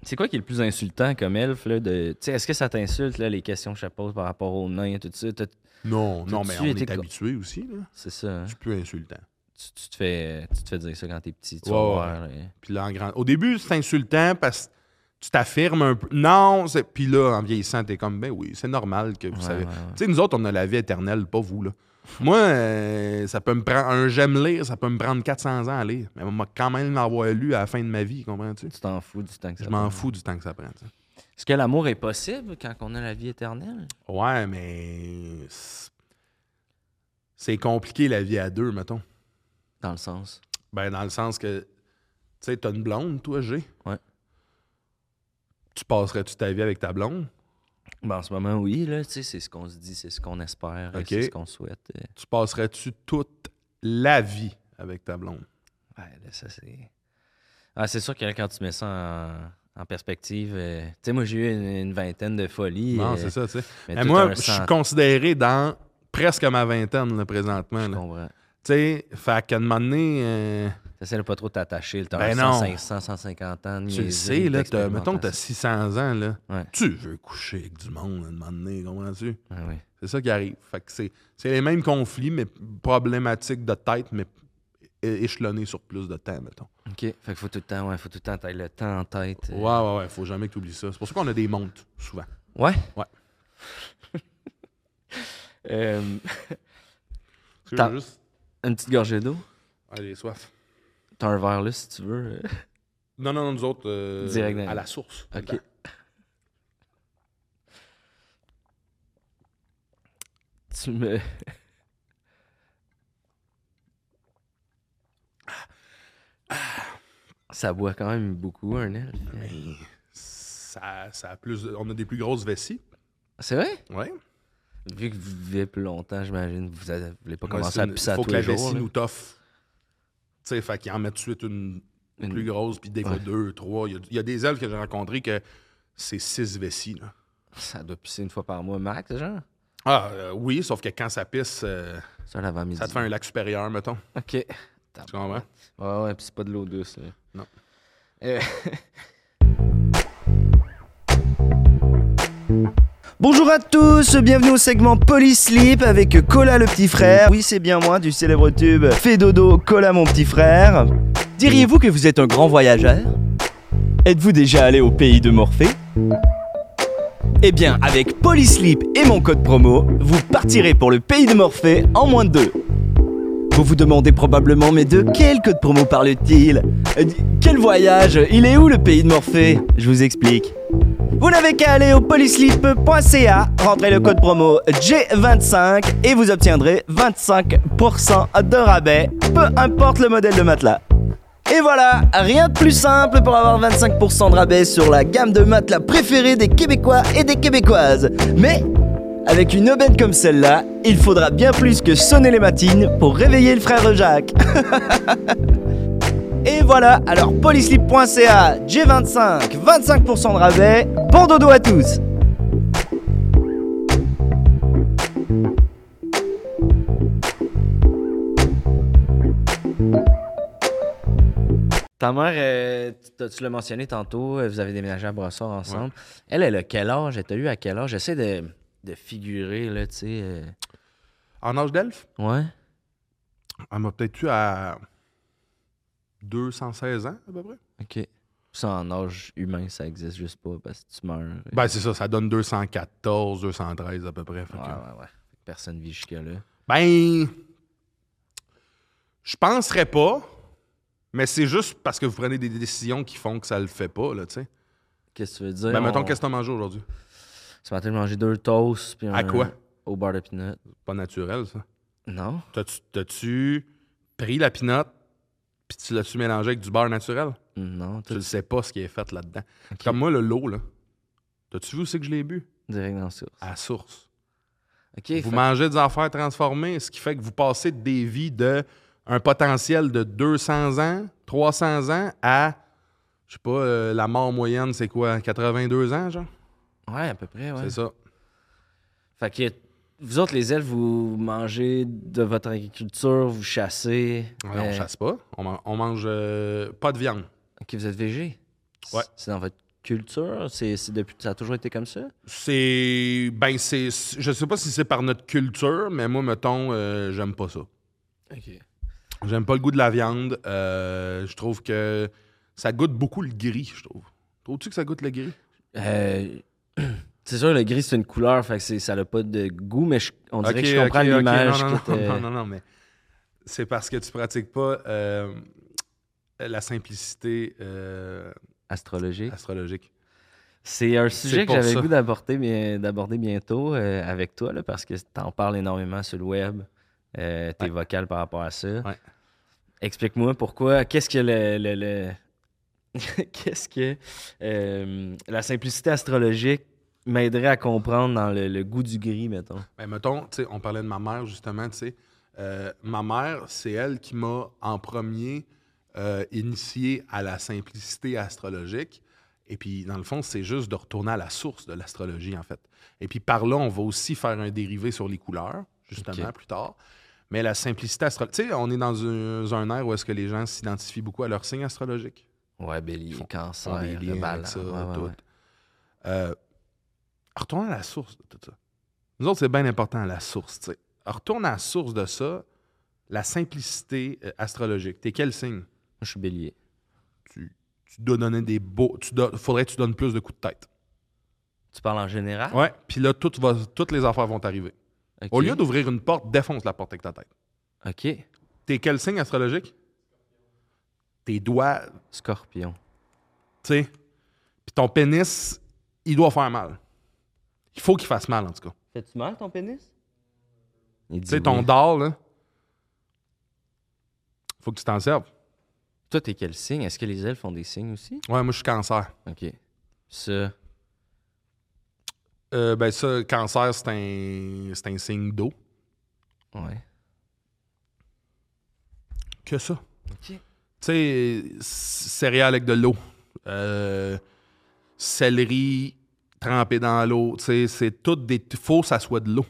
A: C'est quoi qui est le plus insultant comme elfe? Là, de... tu sais, Est-ce que ça t'insulte, là, les questions que je te pose par rapport aux nains et tout ça? T'as-
C: Non, non, mais
A: T'as-tu
C: on
A: été
C: est
A: co-
C: habitué aussi, là.
A: C'est ça. hein?
C: C'est plus insultant.
A: Tu, tu te fais, tu te fais dire ça quand t'es petit. Tu
C: Ouais,
A: vas
C: ouais.
A: voir, là.
C: Puis là, en grand... Au début, c'est insultant parce que tu t'affirmes un peu. Non, c'est- puis là, en vieillissant, t'es comme, ben oui, c'est normal que vous
A: Ouais,
C: savez.
A: ouais, ouais.
C: Tu sais, nous autres, on a la vie éternelle, pas vous, là. Moi, euh, ça peut me prendre. Un j'aime lire, ça peut me prendre 400 ans à lire. Mais on m'a quand même l'avoir lu à la fin de ma vie, comprends-tu?
A: Tu t'en fous du temps que ça
C: Je m'en
A: prend.
C: fous du temps que ça prend. tu sais.
A: Est-ce que l'amour est possible quand on a la vie éternelle?
C: Ouais, mais. c'est- C'est compliqué la vie à deux, mettons.
A: Dans le sens.
C: Ben, dans le sens que. Tu sais, t'as une blonde, toi, G.
A: Ouais.
C: Tu passerais-tu ta vie avec ta blonde?
A: Ben, en ce moment, oui, là, tu sais, c'est ce qu'on se dit, c'est ce qu'on espère,
C: Ok.
A: c'est ce qu'on souhaite. euh.
C: Tu passerais-tu toute la vie avec ta blonde?
A: Ouais, là, ça, c'est. Ah, c'est sûr que là, quand tu mets ça en, en perspective, euh, tu sais, moi, j'ai eu une, une vingtaine de folies.
C: Non,
A: euh,
C: c'est ça, tu sais.
A: mais
C: Mais
A: tout
C: Eh, moi,
A: un
C: je
A: cent-
C: suis considéré dans presque ma vingtaine, là, présentement.
A: Je
C: là.
A: comprends.
C: Tu sais, fait qu'à un moment donné, euh,
A: T'essaies de pas trop t'attacher. T'as
C: Ben
A: 100,
C: non.
A: 500, 150 ans.
C: tu le sais, là, t'as- mettons que t'as 600 ans, là,
A: Ouais.
C: tu veux coucher avec du monde, à un moment donné, comprends-tu?
A: Ah oui.
C: C'est ça qui arrive. Fait que c'est c'est les mêmes conflits, mais problématiques de tête, mais é- échelonnés sur plus de temps, mettons.
A: OK. Fait qu'il faut tout le temps, ouais, faut tout le temps t'ailles le temps en tête. euh.
C: Ouais, ouais, ouais, faut jamais que t'oublies ça. C'est pour ça qu'on a des montres, souvent.
A: Ouais?
C: Ouais.
A: Euh,
C: Tu
A: T'as-
C: veux juste...
A: une petite gorgée d'eau.
C: Allez, soif.
A: T'as un verre là si tu veux. euh,
C: Non, non, non, nous autres, euh,
A: Direct dans-
C: à la source.
A: OK. Tu me. Ça boit quand même beaucoup, un elfe.
C: Mais Ben, ça, ça a plus. de- On a des plus grosses vessies.
A: C'est vrai?
C: Ouais.
A: Vu que vous vivez plus longtemps, j'imagine, vous avez- vous voulez pas
C: Ouais,
A: commencer
C: c'est
A: à
C: une-
A: pisser à
C: faut
A: tous
C: que la
A: les
C: vessie
A: jours. là.
C: nous toffe. Tu sais, fait qu'ils en mettent tout de suite une,
A: Une-
C: plus grosse, puis des fois
A: Ouais.
C: deux, trois. Il y a- il y, a des elfes que j'ai rencontrés que c'est six vessies. là.
A: Ça doit pisser une fois par mois, max, genre.
C: Ah, euh, oui, sauf que quand ça pisse, euh,
A: Ça, l'avant-midi.
C: ça te fait un lac supérieur, mettons.
A: OK.
C: Tu comprends?
A: Ouais, ouais, puis c'est pas de l'eau douce, là.
C: Non.
A: Euh. Bonjour à tous, bienvenue au segment Polysleep avec Cola le petit frère. Oui, c'est bien moi du célèbre tube Fais dodo, Cola mon petit frère.
D: Diriez-vous que vous êtes un grand voyageur Êtes-vous déjà allé au pays de Morphée Eh bien, avec Polyslip et mon code promo, vous partirez pour le pays de Morphée en moins de deux. Vous vous demandez probablement, mais de quel code promo parle-t-il Euh, d- Quel voyage Il est où le pays de Morphée Je vous explique. Vous n'avez qu'à aller au polyslip.ca, rentrez le code promo G25 et vous obtiendrez 25% de rabais, peu importe le modèle de matelas. Et voilà, rien de plus simple pour avoir 25% de rabais sur la gamme de matelas préférée des Québécois et des Québécoises. Mais avec une aubaine comme celle-là, il faudra bien plus que sonner les matines pour réveiller le frère Jacques. et voilà, alors polyslip.ca, G25, 25% de rabais, bon dodo à tous
A: Ta mère, euh, tu- tu l'as mentionné tantôt, euh, vous avez déménagé à Brossard ensemble. Elle, elle a quel âge? Elle t'a eu à quel âge? J'essaie de, de figurer, là, tu sais. euh,
C: En âge d'elfe,
A: Ouais.
C: elle m'a peut-être eu à 216 ans, à peu près.
A: OK. Ça, en âge humain, ça existe juste pas parce que tu meurs.
C: Ben, c'est ça, ça donne 214, 213 à peu près. Fait que-
A: ouais, ouais, ouais. Personne vit jusque-là.
C: Ben, je penserais pas, mais c'est juste parce que vous prenez des décisions qui font que ça le fait pas, là, tu sais.
A: Qu'est-ce que tu veux dire?
C: Ben, mettons,
A: On-
C: qu'est-ce que t'as mangé aujourd'hui?
A: Ce matin, j'ai mangé deux toasts. Puis
C: À
A: un-
C: quoi?
A: Au bar de peanut.
C: Pas naturel, ça.
A: Non?
C: T'as-tu- T'as-tu pris la pinotte puis tu l'as-tu mélangé avec du beurre naturel?
A: Non,
C: Tu
A: tout
C: ne sais pas ce qui est fait là-dedans. Comme moi, le lot, là. T'as-tu vu où c'est que je l'ai bu?
A: direct dans la source.
C: À la source.
A: OK. fait-
C: Ah, Vous mangez des affaires transformées, ce qui fait que vous passez des vies de un potentiel de 200 ans, 300 ans à, je sais pas, euh, la mort moyenne, c'est quoi, 82 ans, genre?
A: Ouais, à peu près, ouais.
C: C'est ça.
A: Fait que vous autres, les elfes, vous mangez de votre agriculture, vous chassez.
C: Ouais,
A: euh,
C: On chasse pas. On, man- on mange euh, pas de viande.
A: OK, vous êtes végé.
C: Ouais.
A: C'est dans votre culture? C'est c'est depuis... Ça a toujours été comme ça?
C: C'est. Ben, c'est. Je sais pas si c'est par notre culture, mais moi, mettons, euh, j'aime pas ça.
A: OK.
C: J'aime pas le goût de la viande. Euh, je trouve que ça goûte beaucoup le gris, je trouve. Trouves-tu que ça goûte le gris?
A: Euh, c'est sûr, le gris, c'est une couleur, fait que c'est- ça n'a pas de goût, mais je- on dirait
C: Ok,
A: que je comprends
C: ok, ok,
A: l'image.
C: non, non,
A: qui
C: non,
A: était-
C: non, non, non, mais c'est parce que tu pratiques pas euh, la simplicité euh,
A: Astrologique.
C: astrologique.
A: C'est un
C: C'est
A: sujet que
C: pour
A: j'avais
C: ça.
A: le goût d'aborder, bien- d'aborder bientôt euh, avec toi, là, parce que tu en parles énormément sur le web, euh, tes vocales par rapport à ça. Explique-moi pourquoi, qu'est-ce que le... le- le- qu'est-ce que euh, la simplicité astrologique m'aiderait à comprendre dans le, le goût du gris, mettons.
C: Ben, mettons, tu sais, on parlait de ma mère justement, tu sais. Euh, ma mère, c'est elle qui m'a en premier euh, initié à la simplicité astrologique. Et puis, dans le fond, c'est juste de retourner à la source de l'astrologie, en fait. Et puis, par là, on va aussi faire un dérivé sur les couleurs, justement,
A: Ok.
C: plus tard. Mais la simplicité astrologique, tu sais, on est dans un, un air où est-ce que les gens s'identifient beaucoup à leur signe astrologique.
A: Ouais, bélier,
C: Ils font-
A: cancer,
C: Font des liens
A: le
C: avec
A: bal.
C: ça, tout. Euh, retourne à la source de tout ça. Nous autres, c'est bien important, la source. tu sais. Retourne à la source de ça, la simplicité euh, astrologique. T'es quel signe?
A: Je suis bélier.
C: Tu, tu dois donner des beaux... Tu dois- faudrait que tu donnes plus de coups de tête.
A: Tu parles en général?
C: Ouais. Puis là, tout va- toutes les affaires vont t'arriver.
A: Ah. Ok.
C: Au lieu d'ouvrir une porte, défonce la porte avec ta tête.
A: OK.
C: T'es quel signe astrologique? Tes doigts,
A: Scorpion.
C: tu sais. Puis ton pénis, il doit faire mal. Il faut qu'il fasse mal, en tout cas.
A: Fais-tu mal ton pénis? Il
C: Tu
A: dit
C: sais, ton
A: oui.
C: dard, là, faut que tu t'en serves.
A: Toi, t'es quel signe? Est-ce que les elfes font des signes aussi?
C: Ouais, moi, je suis cancer.
A: OK. Ça,
C: Euh, ben, ça, cancer, c'est un, c'est un signe d'eau.
A: ouais.
C: Que ça.
A: OK.
C: Tu sais, c- céréales avec de l'eau. Euh, céleri trempé dans l'eau. Tu sais, c'est tout des. Faut que ça soit de l'eau.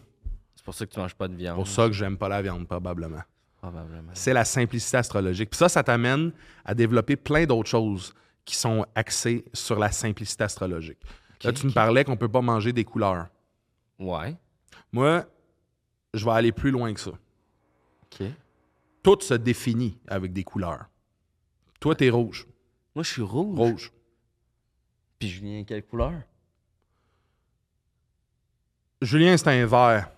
A: C'est pour ça que tu manges pas de viande.
C: Pour ça que j'aime pas la viande, probablement.
A: Probablement.
C: C'est la simplicité astrologique. Puis ça, ça t'amène à développer plein d'autres choses qui sont axées sur la simplicité astrologique. Là, tu me parlais qu'on peut pas manger des couleurs.
A: Ouais.
C: Moi, je vais aller plus loin que ça.
A: OK.
C: Tout se définit avec des couleurs. Toi, t'es rouge.
A: Moi, je suis rouge.
C: Rouge.
A: Puis Julien, quelle couleur?
C: Julien, c'est un vert.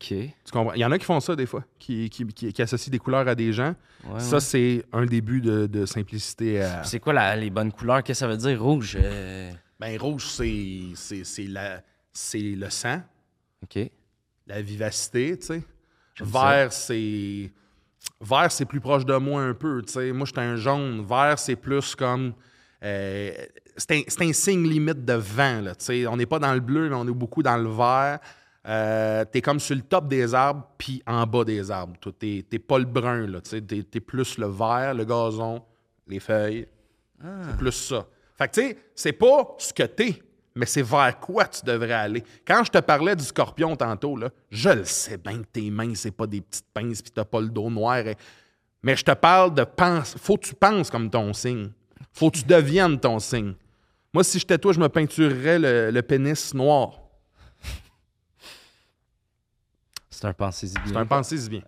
A: OK. Ouais,
C: Tu comprends? Il y en a qui font ça des fois, qui, qui- qui- qui associent des couleurs à des gens.
A: ouais.
C: Ça, c'est un début de, de simplicité. à-
A: C'est quoi la- les bonnes couleurs? Qu'est-ce que ça veut dire, rouge? Euh,
C: Ben, rouge, c'est- c'est c'est la- c'est le sang,
A: OK.
C: la vivacité, tu sais.
A: J'aime ça.
C: Vert, c'est. Vert, c'est plus proche de moi un peu. tu sais. Moi, j'étais un jaune. Vert, c'est plus comme. euh, c'est un, c'est un signe limite de vent. Là, tu sais. on n'est pas dans le bleu, mais on est beaucoup dans le vert. Euh, t'es comme sur le top des arbres, puis en bas des arbres. Toi, T'es t'es pas le brun. là, tu sais. T'es t'es plus le vert, le gazon, les feuilles. C'est plus ça. Fait que, tu sais, c'est pas ce que t'es, mais c'est vers quoi tu devrais aller. Quand je te parlais du scorpion tantôt, là, je le sais bien que tes mains, c'est pas des petites pinces puis t'as pas le dos noir. et- Mais je te parle de pense. Faut que tu penses comme ton signe. Faut que tu deviennes ton signe. Moi, si j'étais toi, je me peinturerais le, le pénis noir.
A: C'est un pensée bien.
C: C'est un pensée si bien.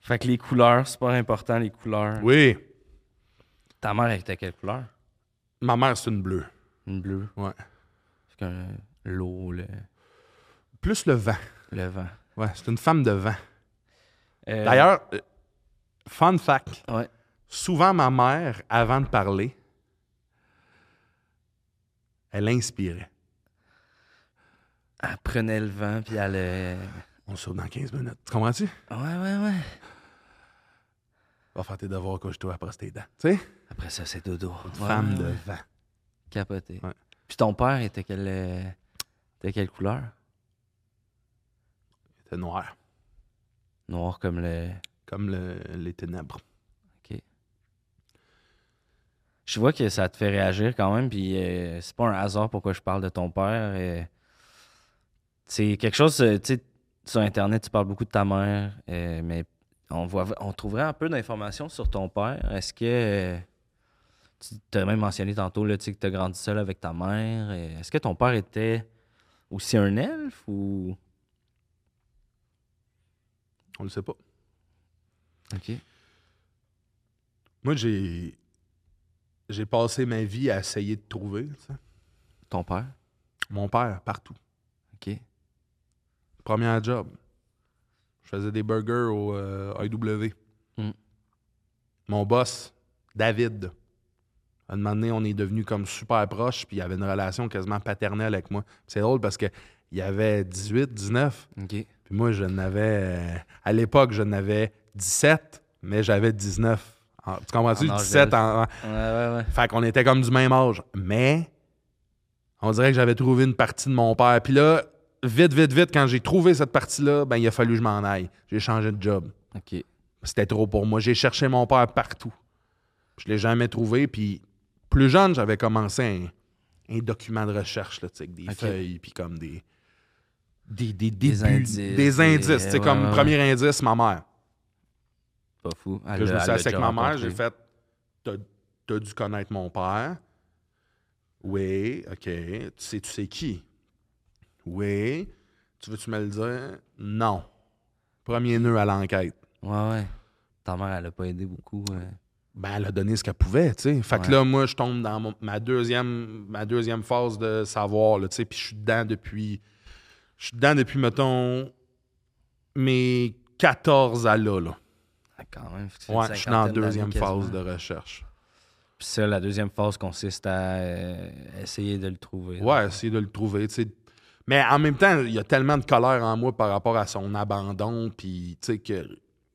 A: Fait que les couleurs, c'est pas important, les couleurs.
C: Oui.
A: Ta mère, elle était quelle couleur?
C: Ma mère, c'est une bleue.
A: Une bleue.
C: Ouais.
A: Fait que, euh, l'eau, le,
C: Plus le vent.
A: le vent.
C: Ouais, c'est une femme de vent.
A: Euh,
C: D'ailleurs, euh, fun fact.
A: Ouais.
C: Souvent, ma mère, avant de parler, elle inspirait.
A: Elle prenait le vent, puis elle... euh,
C: On se sauve dans 15 minutes. Tu comprends-tu?
A: Ouais, ouais, ouais.
C: Va faire tes devoirs, couche-toi, après tes dents. Tu sais?
A: Après ça, c'est dodo. Ouais,
C: Femme
A: ouais,
C: de
A: ouais.
C: vent.
A: Capoté.
C: Ouais.
A: Puis ton père était quelle, euh, était quelle couleur?
C: C'était noir,
A: Noir comme le...
C: comme le- les ténèbres.
A: Je vois que ça te fait réagir quand même, puis euh, c'est pas un hasard pourquoi je parle de ton père. euh. C'est quelque chose, euh, tu sais, sur Internet, tu parles beaucoup de ta mère, euh, mais on, voit, on trouverait un peu d'informations sur ton père. Est-ce que. euh, tu as même mentionné tantôt là, tu sais, que tu as grandi seul avec ta mère. euh, Est-ce que ton père était aussi un elfe ou.
C: On le sait pas.
A: Ok.
C: Moi, j'ai. J'ai passé ma vie à essayer de trouver tu sais.
A: Ton père.
C: mon père partout.
A: Ok.
C: Premier job. Je faisais des burgers au euh, IW.
A: Mm.
C: Mon boss, David, à un moment donné, on est devenu comme super proches, puis il avait une relation quasiment paternelle avec moi. Puis C'est drôle parce que il avait 18, 19,
A: Ok.
C: puis moi, je n'avais. euh, à l'époque, je n'avais 17, mais j'avais 19. En- tu comprends-tu?
A: En âge
C: 17
A: d'elfe.
C: en- en-
A: Ouais, ouais, ouais.
C: fait qu'on était comme du même âge. Mais on dirait que j'avais trouvé une partie de mon père. Puis là, vite, vite, vite, quand j'ai trouvé cette partie-là, ben il a fallu que je m'en aille. J'ai changé de job.
A: Ok.
C: C'était trop pour moi. J'ai cherché mon père partout. Je l'ai jamais trouvé. Puis plus jeune, j'avais commencé un, un document de recherche, là, tu sais, avec des
A: Ok.
C: feuilles, puis comme des. Des, des,
A: Des
C: indices.
A: indices,
C: Des
A: des-
C: indices. tu sais,
A: ouais,
C: comme
A: ouais, ouais.
C: premier indice, ma mère.
A: Pas fou.
C: Puis
A: Elle
C: là, je
A: l'a-
C: me suis
A: elle
C: assis
A: l'a
C: avec ma
A: déjà
C: mère,
A: rencontré.
C: j'ai fait T'as t'as dû connaître mon père. Oui, OK. Tu sais, tu sais qui? Oui. Tu veux-tu me le dire? Non. Premier nœud à l'enquête.
A: Ouais, ouais. Ta mère, elle a pas aidé beaucoup. euh.
C: Ben, elle a donné ce qu'elle pouvait, tu sais. Fait que
A: Ouais.
C: là, moi, je tombe dans mon- ma deuxième, ma deuxième phase de savoir, là, tu sais. Puis je suis dedans depuis, je suis dedans depuis, mettons, mes 14 à là, là.
A: Ah, Quand même. faut que tu fasses
C: Ouais,
A: une
C: je suis dans la
A: cinquantaine d'années
C: deuxième phase
A: quasiment.
C: de recherche.
A: Puis ça, la deuxième phase consiste à euh, essayer de le trouver.
C: Ouais, essayer de le trouver. tu sais. Mais en même temps, il y a tellement de colère en moi par rapport à son abandon, puis tu sais que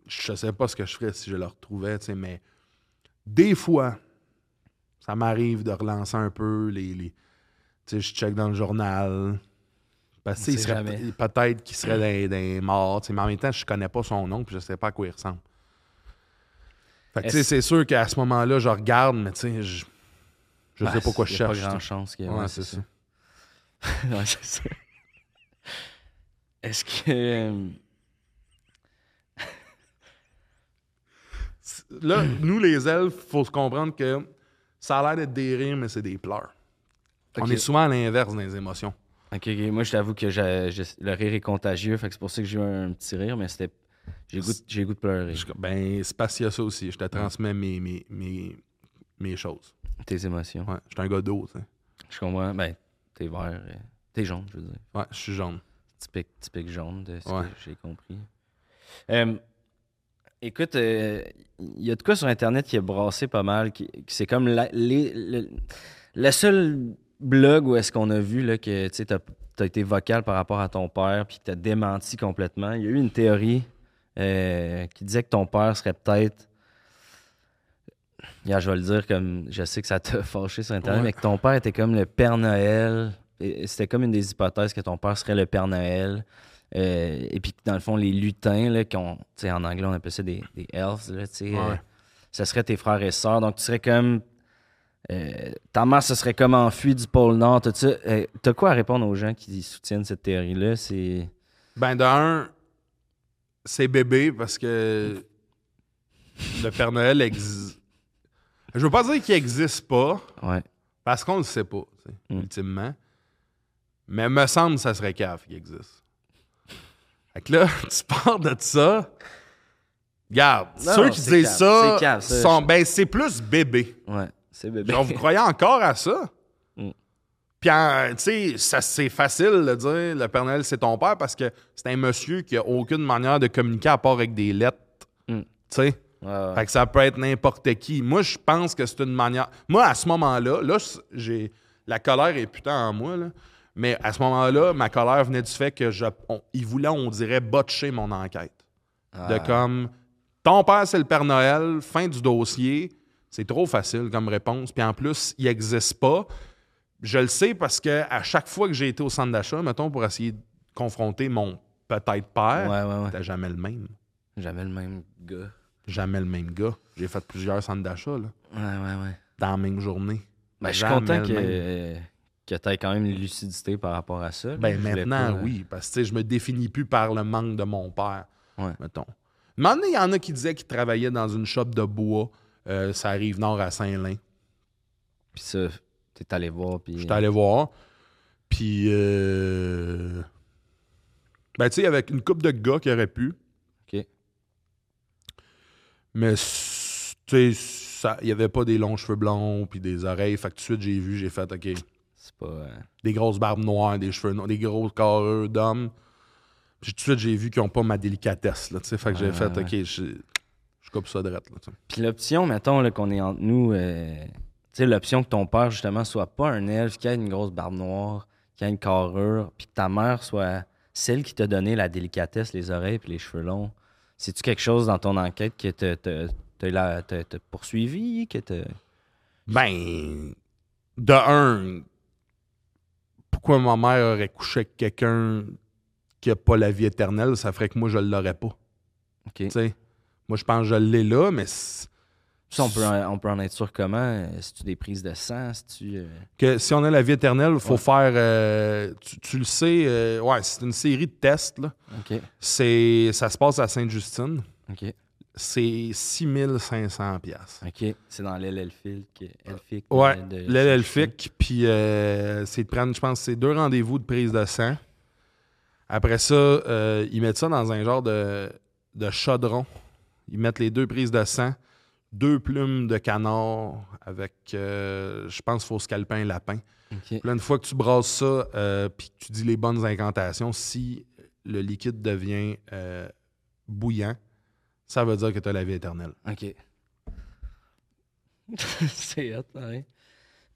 C: je sais pas ce que je ferais si je le retrouvais, tu sais, mais des fois, ça m'arrive de relancer un peu les, les- tu sais, je check dans le journal. Parce que tu sais, il
A: sait
C: serait-
A: jamais.
C: peut-être qu'il serait dans, dans les morts, tu sais, mais en même temps, je connais pas son nom, puis je sais pas à quoi il ressemble. Fait que tu sais,
A: Est-ce-
C: c'est sûr qu'à ce moment-là, je regarde, mais tu sais, je, je sais
A: Ben,
C: pas quoi je
A: y a
C: cherche.
A: Pas grand
C: tu sais.
A: chance que.
C: Ouais,
A: ouais,
C: c'est ça.
A: Ouais, c'est ça. Est-ce que. euh,
C: Là, nous, les elfes, faut se comprendre que ça a l'air d'être des rires, mais c'est des pleurs. On
A: Ok.
C: est souvent à l'inverse des émotions.
A: Ok, ok, moi je t'avoue que j'ai- j'ai- le rire est contagieux, fait que c'est pour ça que j'ai eu un petit rire, mais c'était. J'ai le goût, de- j'ai le goût de pleurer.
C: Je- ben, c'est parce qu'il y a ça aussi. Je te transmets mes, mes, mes, mes choses.
A: Tes émotions.
C: Ouais, je suis un gars d'eau, tu sais.
A: Je comprends. Ben, t'es vert. euh, T'es jaune, je veux dire.
C: Ouais, je suis jaune.
A: Typique, typique jaune de ce
C: Ouais.
A: que j'ai compris. Euh, écoute, euh, il y a de quoi sur Internet qui est brassé pas mal. qui- qui- c'est comme la, les- le, le seul blog où est-ce qu'on a vu là, que tu as, été vocal par rapport à ton père puis que tu as démenti complètement. Il y a eu une théorie euh, qui disait que ton père serait peut-être. Regarde, je vais le dire comme je sais que ça t'a fâché sur Internet,
C: Ouais.
A: mais que ton père était comme le Père Noël. Et- et C'était comme une des hypothèses que ton père serait le Père Noël. Euh, et puis, que dans le fond, les lutins, là, qu'on- tu sais, en anglais, on appelle ça des, des elves, là, tu sais,
C: Ouais.
A: euh, ce serait tes frères et sœurs. Donc, tu serais comme. euh, ta mère se serait comme enfuie du pôle Nord, tout ça. Euh, T'as quoi à répondre aux gens qui soutiennent cette théorie-là? C'est.
C: Ben, de un, c'est bébé parce que le Père Noël existe. Je veux pas dire qu'il existe pas,
A: Ouais.
C: parce qu'on le sait pas, tu sais,
A: Mm.
C: ultimement. Mais me semble que ça serait cave qu'il existe. Fait que là, tu pars de ça. Garde,
A: Non,
C: ceux qui
A: c'est
C: disent
A: cave,
C: ça,
A: c'est cave, ça,
C: sont,
A: je-
C: ben, c'est plus bébé.
A: Ouais. C'est bébé.
C: Genre, vous croyez encore à ça?
A: Ben, Mm.
C: Puis, en- tu sais, ça, c'est facile de dire le Père Noël, c'est ton père parce que c'est un monsieur qui a aucune manière de communiquer à part avec des lettres.
A: Mm.
C: Tu sais?
A: Ouais, ouais.
C: Fait que ça peut être n'importe qui. Moi, je pense que c'est une manière. Moi, à ce moment-là, là, c- j'ai. La colère est putain en moi, là. Mais à ce moment-là, ma colère venait du fait que je. on- ils voulaient, on dirait, botcher mon enquête.
A: Ah.
C: De comme. Ton père, c'est le Père Noël, fin du dossier. C'est trop facile comme réponse. Puis en plus, il n'existe pas. Je le sais parce que à chaque fois que j'ai été au centre d'achat, mettons, pour essayer de confronter mon peut-être père,
A: Ouais, ouais, ouais.
C: t'as jamais le même.
A: Jamais le même gars.
C: Jamais le même gars. J'ai fait plusieurs centres d'achat, là
A: Ouais, ouais, ouais.
C: dans la même journée.
A: Ben, je suis
C: Jamais
A: content
C: le
A: que,
C: même.
A: que tu aies quand même une lucidité par rapport à ça. là.
C: Ben,
A: Je voulais
C: maintenant,
A: pas, euh,
C: oui, parce que tu sais, je me définis plus par le manque de mon père,
A: Ouais.
C: mettons. Maintenant, il y en a qui disaient qu'ils travaillaient dans une shop de bois, euh, ça arrive nord à Saint-Lin.
A: Puis ça, t'es allé voir. Puis... euh,
C: J'étais allé voir. Puis, euh, ben, tu sais, avec une coupe de gars qui auraient pu.
A: Ok.
C: Mais, s- tu sais, ça- il n'y avait pas des longs cheveux blonds, puis des oreilles. Fait que tout de suite, j'ai vu, j'ai fait, OK,
A: C'est pas. euh,
C: des grosses barbes noires, des cheveux noirs, des gros carreux d'hommes. Puis tout de suite, j'ai vu qu'ils n'ont pas ma délicatesse. Là, tu sais. fait que j'ai
A: Ouais,
C: fait,
A: ouais,
C: OK, je, je coupe ça de là, tu sais.
A: Puis l'option, mettons, là, qu'on est entre nous, euh, tu sais, l'option que ton père, justement, soit pas un elfe, qui a une grosse barbe noire, qui a une carrure, puis que ta mère soit celle qui t'a donné la délicatesse, les oreilles puis les cheveux longs. C'est-tu quelque chose dans ton enquête qui t'a t'a- t'a la- t'a- t'a poursuivi? Que t'a-
C: Ben, de un, pourquoi ma mère aurait couché avec quelqu'un qui n'a pas la vie éternelle? Ça ferait que moi, je ne l'aurais pas.
A: OK.
C: Tu sais. Moi, je pense que je l'ai là, mais c'est-
A: Ça, on peut, en, on peut en être sûr comment? Euh, Si tu des prises de sang, si tu. euh,
C: que si on a la vie éternelle, il faut
A: Ouais.
C: faire. euh, tu, tu le sais, euh, ouais, c'est une série de tests. Là.
A: OK.
C: C'est, ça se passe à Sainte-Justine.
A: OK.
C: c'est 6500 pièces.
A: OK. C'est dans l'aile elfique. elfique euh,
C: Ouais,
A: de- de-
C: l'aile elfique, puis euh, c'est de prendre, je pense, c'est deux rendez-vous de prise de sang. Après ça, euh, ils mettent ça dans un genre de, de chaudron. Ils mettent les deux prises de sang, deux plumes de canard avec, euh, je pense, faux scalpin et lapin.
A: OK.
C: Puis là, une fois que tu brasses ça, euh, puis que tu dis les bonnes incantations, si le liquide devient euh, bouillant, ça veut dire que tu as la vie éternelle.
A: OK. c'est hot, ouais.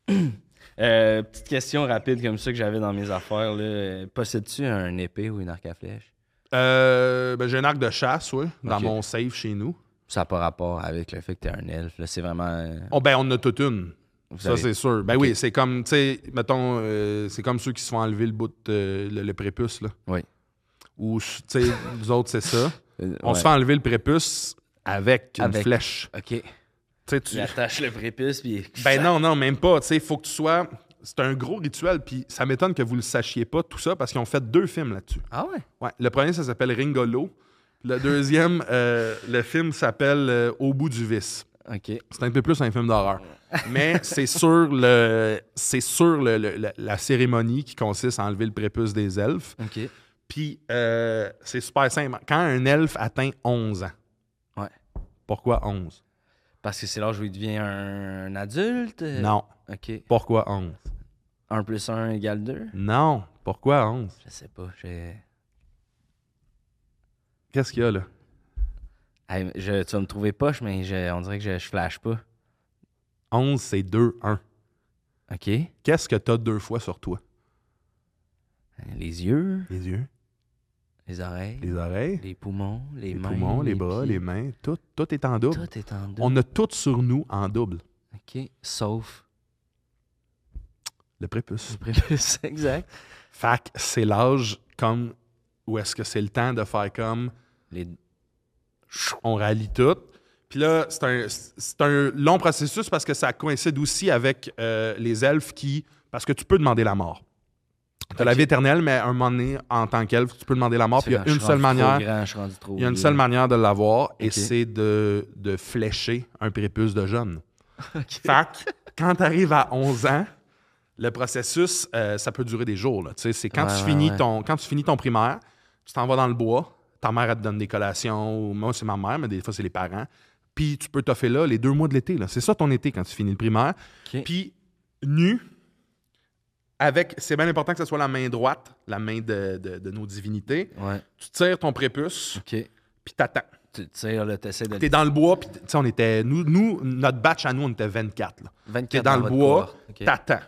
A: hein. Euh, petite question rapide comme ça que j'avais dans mes affaires. là. Euh, Possèdes-tu un épée ou une arc à flèche?
C: Euh, ben, j'ai un arc de chasse, oui, dans
A: Ok.
C: mon safe chez nous.
A: Ça n'a pas rapport avec le fait que t'es un elfe. là. C'est vraiment... euh,
C: Oh, ben, on en a toute une.
A: vous
C: Ça,
A: avez-
C: c'est sûr. Ben oui, c'est comme, tu sais, mettons, euh, c'est comme ceux qui se font enlever le bout de, euh, le, le prépuce, là.
A: Oui.
C: Ou, tu sais, nous autres, c'est ça.
A: Euh,
C: On
A: ouais.
C: se fait enlever le prépuce avec une
A: Avec.
C: flèche.
A: OK.
C: Tu sais,
A: Tu
C: tu-
A: attaches le prépuce, puis...
C: Ben non, non, même pas. Tu sais, faut que tu sois. C'est un gros rituel, puis ça m'étonne que vous le sachiez pas, tout ça, parce qu'ils ont fait deux films là-dessus.
A: Ah ouais?
C: Ouais, le premier, ça s'appelle Ringolo. Le deuxième, euh, le film s'appelle euh, Au bout du vice.
A: OK.
C: C'est un peu plus un film d'horreur. Mais c'est sur, le, c'est sur le- le- la, la cérémonie qui consiste à enlever le prépuce des elfes.
A: OK.
C: Puis euh, c'est super simple. Quand un elfe atteint 11 ans,
A: Ouais.
C: pourquoi 11?
A: Parce que c'est l'âge où il devient un, un adulte? euh,
C: Non.
A: OK.
C: Pourquoi 11?
A: 1 plus 1 égale 2?
C: Non. Pourquoi 11?
A: Je sais pas. j'ai-
C: Qu'est-ce qu'il y a là?
A: Hey, je- tu vas me trouver poche, mais je- on dirait que je, je flash pas.
C: 11, c'est 2, 1.
A: OK.
C: Qu'est-ce que t'as deux fois sur toi?
A: Euh, Les yeux,
C: Les yeux,
A: les oreilles, les,
C: les oreilles,
A: poumons, les,
C: les,
A: mains.
C: poumons, les bras,
A: pieds.
C: les mains, tout, tout est en double.
A: Tout est en deux.
C: On a tout sur nous en double.
A: OK. Sauf
C: Le prépuce.
A: le prépuce.
C: Ah,
A: exact.
C: Fait que c'est l'âge comme où est-ce que c'est le temps de faire comme
A: Les...
C: on rallie tout. Puis là, c'est un, c'est un long processus parce que ça coïncide aussi avec euh, les elfes qui. Parce que tu peux demander la mort. Tu la vie éternelle, mais à un moment donné, en tant qu'elfe, tu peux demander la mort. Puis il y
A: C'est
C: a
A: bon, je
C: une
A: suis
C: seule
A: rendu trop
C: manière.
A: grand, je suis rendu trop
C: Il y a une
A: vieux.
C: seule manière de l'avoir et
A: Ok.
C: c'est de, de flécher un prépuce de jeune. Fait que quand tu arrives à 11 ans, le processus, euh, ça peut durer des jours. là. Tu sais, C'est quand,
A: Ouais,
C: tu
A: ouais,
C: finis
A: ouais.
C: Ton, quand tu finis ton primaire, tu t'en vas dans le bois, ta mère, elle te donne des collations, ou moi, c'est ma mère, mais des fois, c'est les parents. Puis tu peux t'offrir là les deux mois de l'été. là. C'est ça ton été quand tu finis le primaire.
A: Ok.
C: Puis nu, avec, c'est bien important que ce soit la main droite, la main de, de- de nos divinités.
A: Ouais.
C: Tu tires ton prépuce,
A: OK.
C: puis t'attends.
A: Tu tires, là, t'essaies de...
C: T'es dans le bois, puis tu sais, on était. Nous, nous, notre batch à nous, on était 24. là.
A: 24
C: T'es dans, le
A: votre
C: bois,
A: cohorte. OK.
C: t'attends.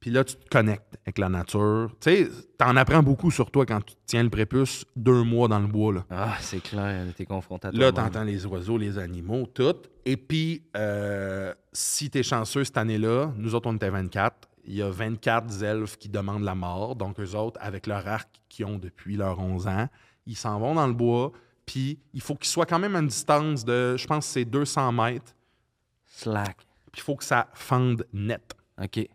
C: Puis là, tu te connectes avec la nature. Tu sais, t'en apprends beaucoup sur toi quand tu tiens le prépuce deux mois dans le bois. Là,
A: Ah, c'est clair. T'es confronté à
C: là
A: toi-même.
C: t'entends les oiseaux, les animaux, tout. Et puis, euh, si t'es chanceux cette année-là, nous autres, on était 24. Il y a 24 elfes qui demandent la mort. Donc, eux autres, avec leur arc qu'ils ont depuis leurs 11 ans, ils s'en vont dans le bois. Puis, il faut qu'ils soient quand même à une distance de, je pense, que c'est 200 mètres.
A: Slack.
C: Puis, il faut que ça fende net.
A: OK.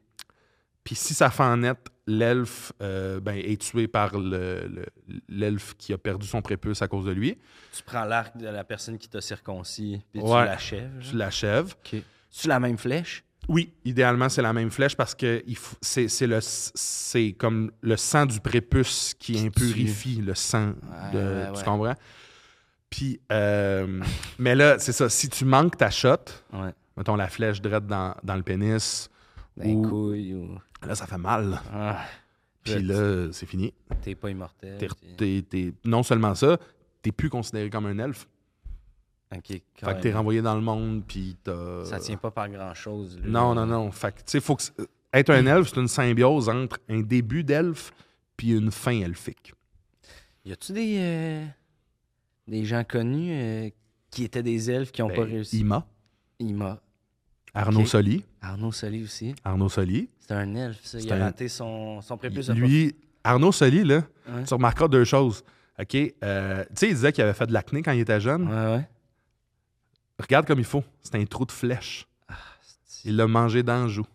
C: Puis si ça fait en net, l'elfe euh, ben, est tué par le- le- l'elfe qui a perdu son prépuce à cause de lui.
A: Tu prends l'arc de la personne qui t'a circoncis, puis tu
C: Ouais.
A: l'achèves.
C: Tu l'achèves.
A: Tu la même flèche?
C: Oui, idéalement, c'est la même flèche parce que il faut- c'est c'est le c'est comme le sang du prépuce qui
A: Qui
C: impurifie le sang.
A: Ouais,
C: de,
A: ouais,
C: tu
A: ouais.
C: comprends? Puis, euh, mais là, c'est ça. Si tu manques ta shot,
A: Ouais.
C: mettons la flèche drette dans, dans le pénis,
A: D'un
C: Ou-
A: Ben, couille ou.
C: là, ça fait mal. là.
A: Ah,
C: Puis là, c'est fini.
A: t'es pas immortel.
C: T'es-
A: puis-
C: t'es- t'es- non seulement ça, t'es plus considéré comme un elfe.
A: Ok,
C: Fait que t'es
A: carrément.
C: renvoyé dans le monde, puis t'as...
A: Ça tient pas par grand chose.
C: Non, non, non. Fait que, tu sais, faut que... Être un elfe, c'est une symbiose entre un début d'elfe puis une fin elfique.
A: Y a-tu des. euh, des gens connus euh, qui étaient des elfes qui ont
C: Ben,
A: pas réussi?
C: Ima,
A: Ima.
C: Arnaud
A: Ok.
C: Soli.
A: Arnaud Soli aussi.
C: Arnaud Soli.
A: C'était un elfe, ça. Il
C: C'est
A: a
C: un-
A: raté son, son prépuce. à
C: Lui, Arnaud Soli, là,
A: Ouais.
C: tu remarqueras deux choses. OK? euh, tu sais, il disait qu'il avait fait de l'acné quand il était
A: pas-
C: jeune.
A: Ouais, ouais.
C: Regarde comme il faut. C'est un trou de flèche.
A: C'est-
C: Il l'a mangé dans le joue.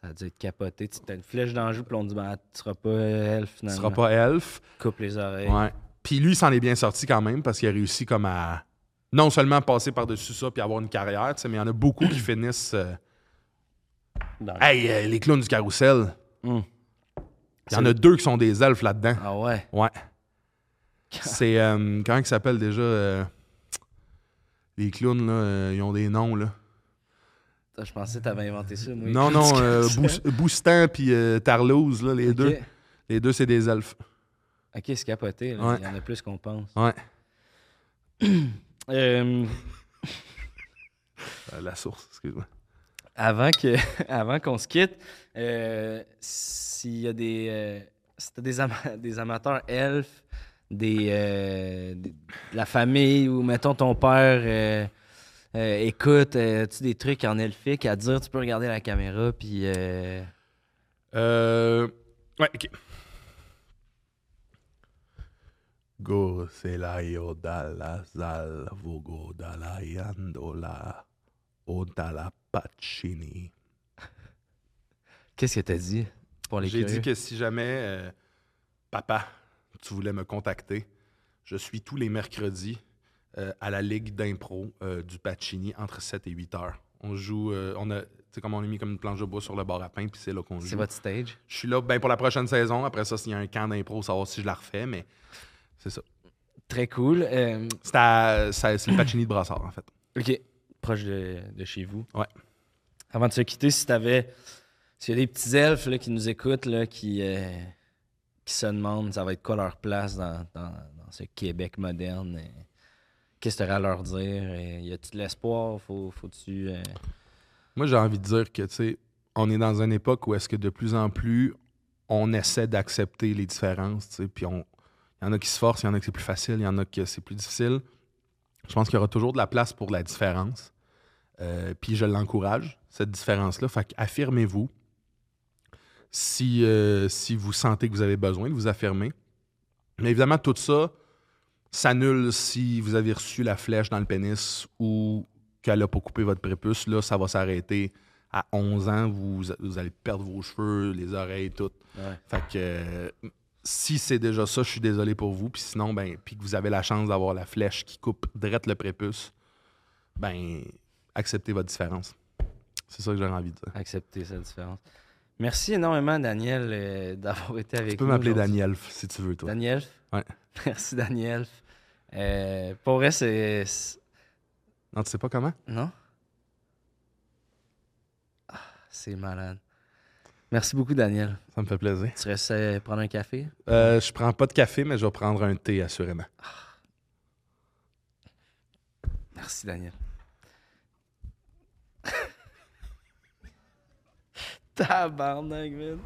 A: Ça a dû être capoté. Tu as une flèche dans le jeu, puis on dit, ben, tu seras pas euh, elfe,
C: Il
A: finalement.
C: sera pas elfe.
A: Coupe les oreilles.
C: Ouais. Puis lui, il s'en est bien sorti quand même parce qu'il a réussi comme à non seulement passer par-dessus ça puis avoir une carrière, tu sais, mais il y en a beaucoup qui finissent. euh,
A: Dans le-
C: Hey, euh, les clowns du carrousel.
A: Hum.
C: Il y en a deux qui sont des elfes là-dedans.
A: Ah ouais.
C: Ouais. C'est. euh, comment ils s'appellent déjà euh, Les clowns, là, euh, ils ont des noms, là.
A: Putain, Je pensais que t'avais inventé ça, moi.
C: non, non, euh, Bous- Boustan puis euh, Tarlouse, là, les
A: Ok.
C: deux. Les deux, c'est des elfes.
A: Ok, c'est capoté. là.
C: Ouais.
A: Il y en a plus qu'on pense.
C: Ouais.
A: Euh, Euh,
C: Euh, la source, excuse-moi.
A: avant que avant qu'on se quitte, euh, s'il y a des euh, si t'as des, ama- des amateurs elfes, des, euh, des- de la famille ou mettons ton père euh, euh, écoute, tu des trucs en elfique à dire, tu peux regarder la caméra puis euh,
C: Euh... Ouais, ok. Go selayo dala zal vogo dala yandola odala pacini.
A: qu'est-ce que t'as dit pour les
C: J'ai dit
A: curieux?
C: que si jamais, euh, papa, tu voulais me contacter, je suis tous les mercredis euh, à la Ligue d'impro euh, du Pacini entre 7 et 8 heures. On joue, euh, on a, tu sais, comme on a mis comme une planche de bois sur le bar à pain, puis c'est là qu'on joue.
A: c'est votre stage.
C: Je suis là ben, pour la prochaine saison. Après ça, s'il y a un camp d'impro, savoir si je la refais, mais c'est ça.
A: Très cool. Euh,
C: C'est, à- ça- c'est le Pacini de Brassard, en fait.
A: OK. Proche de, de chez vous.
C: Ouais.
A: Avant de se quitter, si t'avais. S'il y a des petits elfes là, qui nous écoutent, là, qui, euh, qui se demandent ça va être quoi leur place dans, dans- dans ce Québec moderne, et qu'est-ce que tu à leur dire? Et y a-tu de l'espoir? Faut, faut-tu. euh,
C: Moi, j'ai envie de dire que, tu sais, on est dans une époque où est-ce que de plus en plus, on essaie d'accepter les différences, tu sais, puis on... Il y en a qui se forcent, il y en a que c'est plus facile, il y en a que c'est plus difficile. Je pense qu'il y aura toujours de la place pour la différence. Euh, puis je l'encourage, cette différence-là. Fait affirmez-vous. Si, euh, si vous sentez que vous avez besoin de vous affirmer. Mais évidemment, tout ça s'annule si vous avez reçu la flèche dans le pénis ou qu'elle n'a pas coupé votre prépuce, là, ça va s'arrêter à 11 ans. Vous, vous allez perdre vos cheveux, les oreilles, tout.
A: Ouais.
C: Fait que euh, si c'est déjà ça, je suis désolé pour vous. Puis sinon, ben, puis que vous avez la chance d'avoir la flèche qui coupe drette le prépuce, ben, acceptez votre différence. C'est ça que j'aurais envie de dire.
A: accepter cette différence? Merci énormément, Daniel, euh, d'avoir été avec
C: Tu peux
A: nous.
C: m'appeler
A: aujourd'hui.
C: Daniel si tu veux, toi.
A: Daniel.
C: Ouais.
A: Merci, Daniel. Euh, pour vrai, c'est. c'est-
C: Non, tu sais pas comment?
A: Non? Ah, c'est malade. Merci beaucoup, Daniel.
C: Ça me fait plaisir.
A: Tu restais prendre un café?
C: Euh, je prends pas de café, mais je vais prendre un thé, assurément.
A: Merci, Daniel. Tabarnak, man.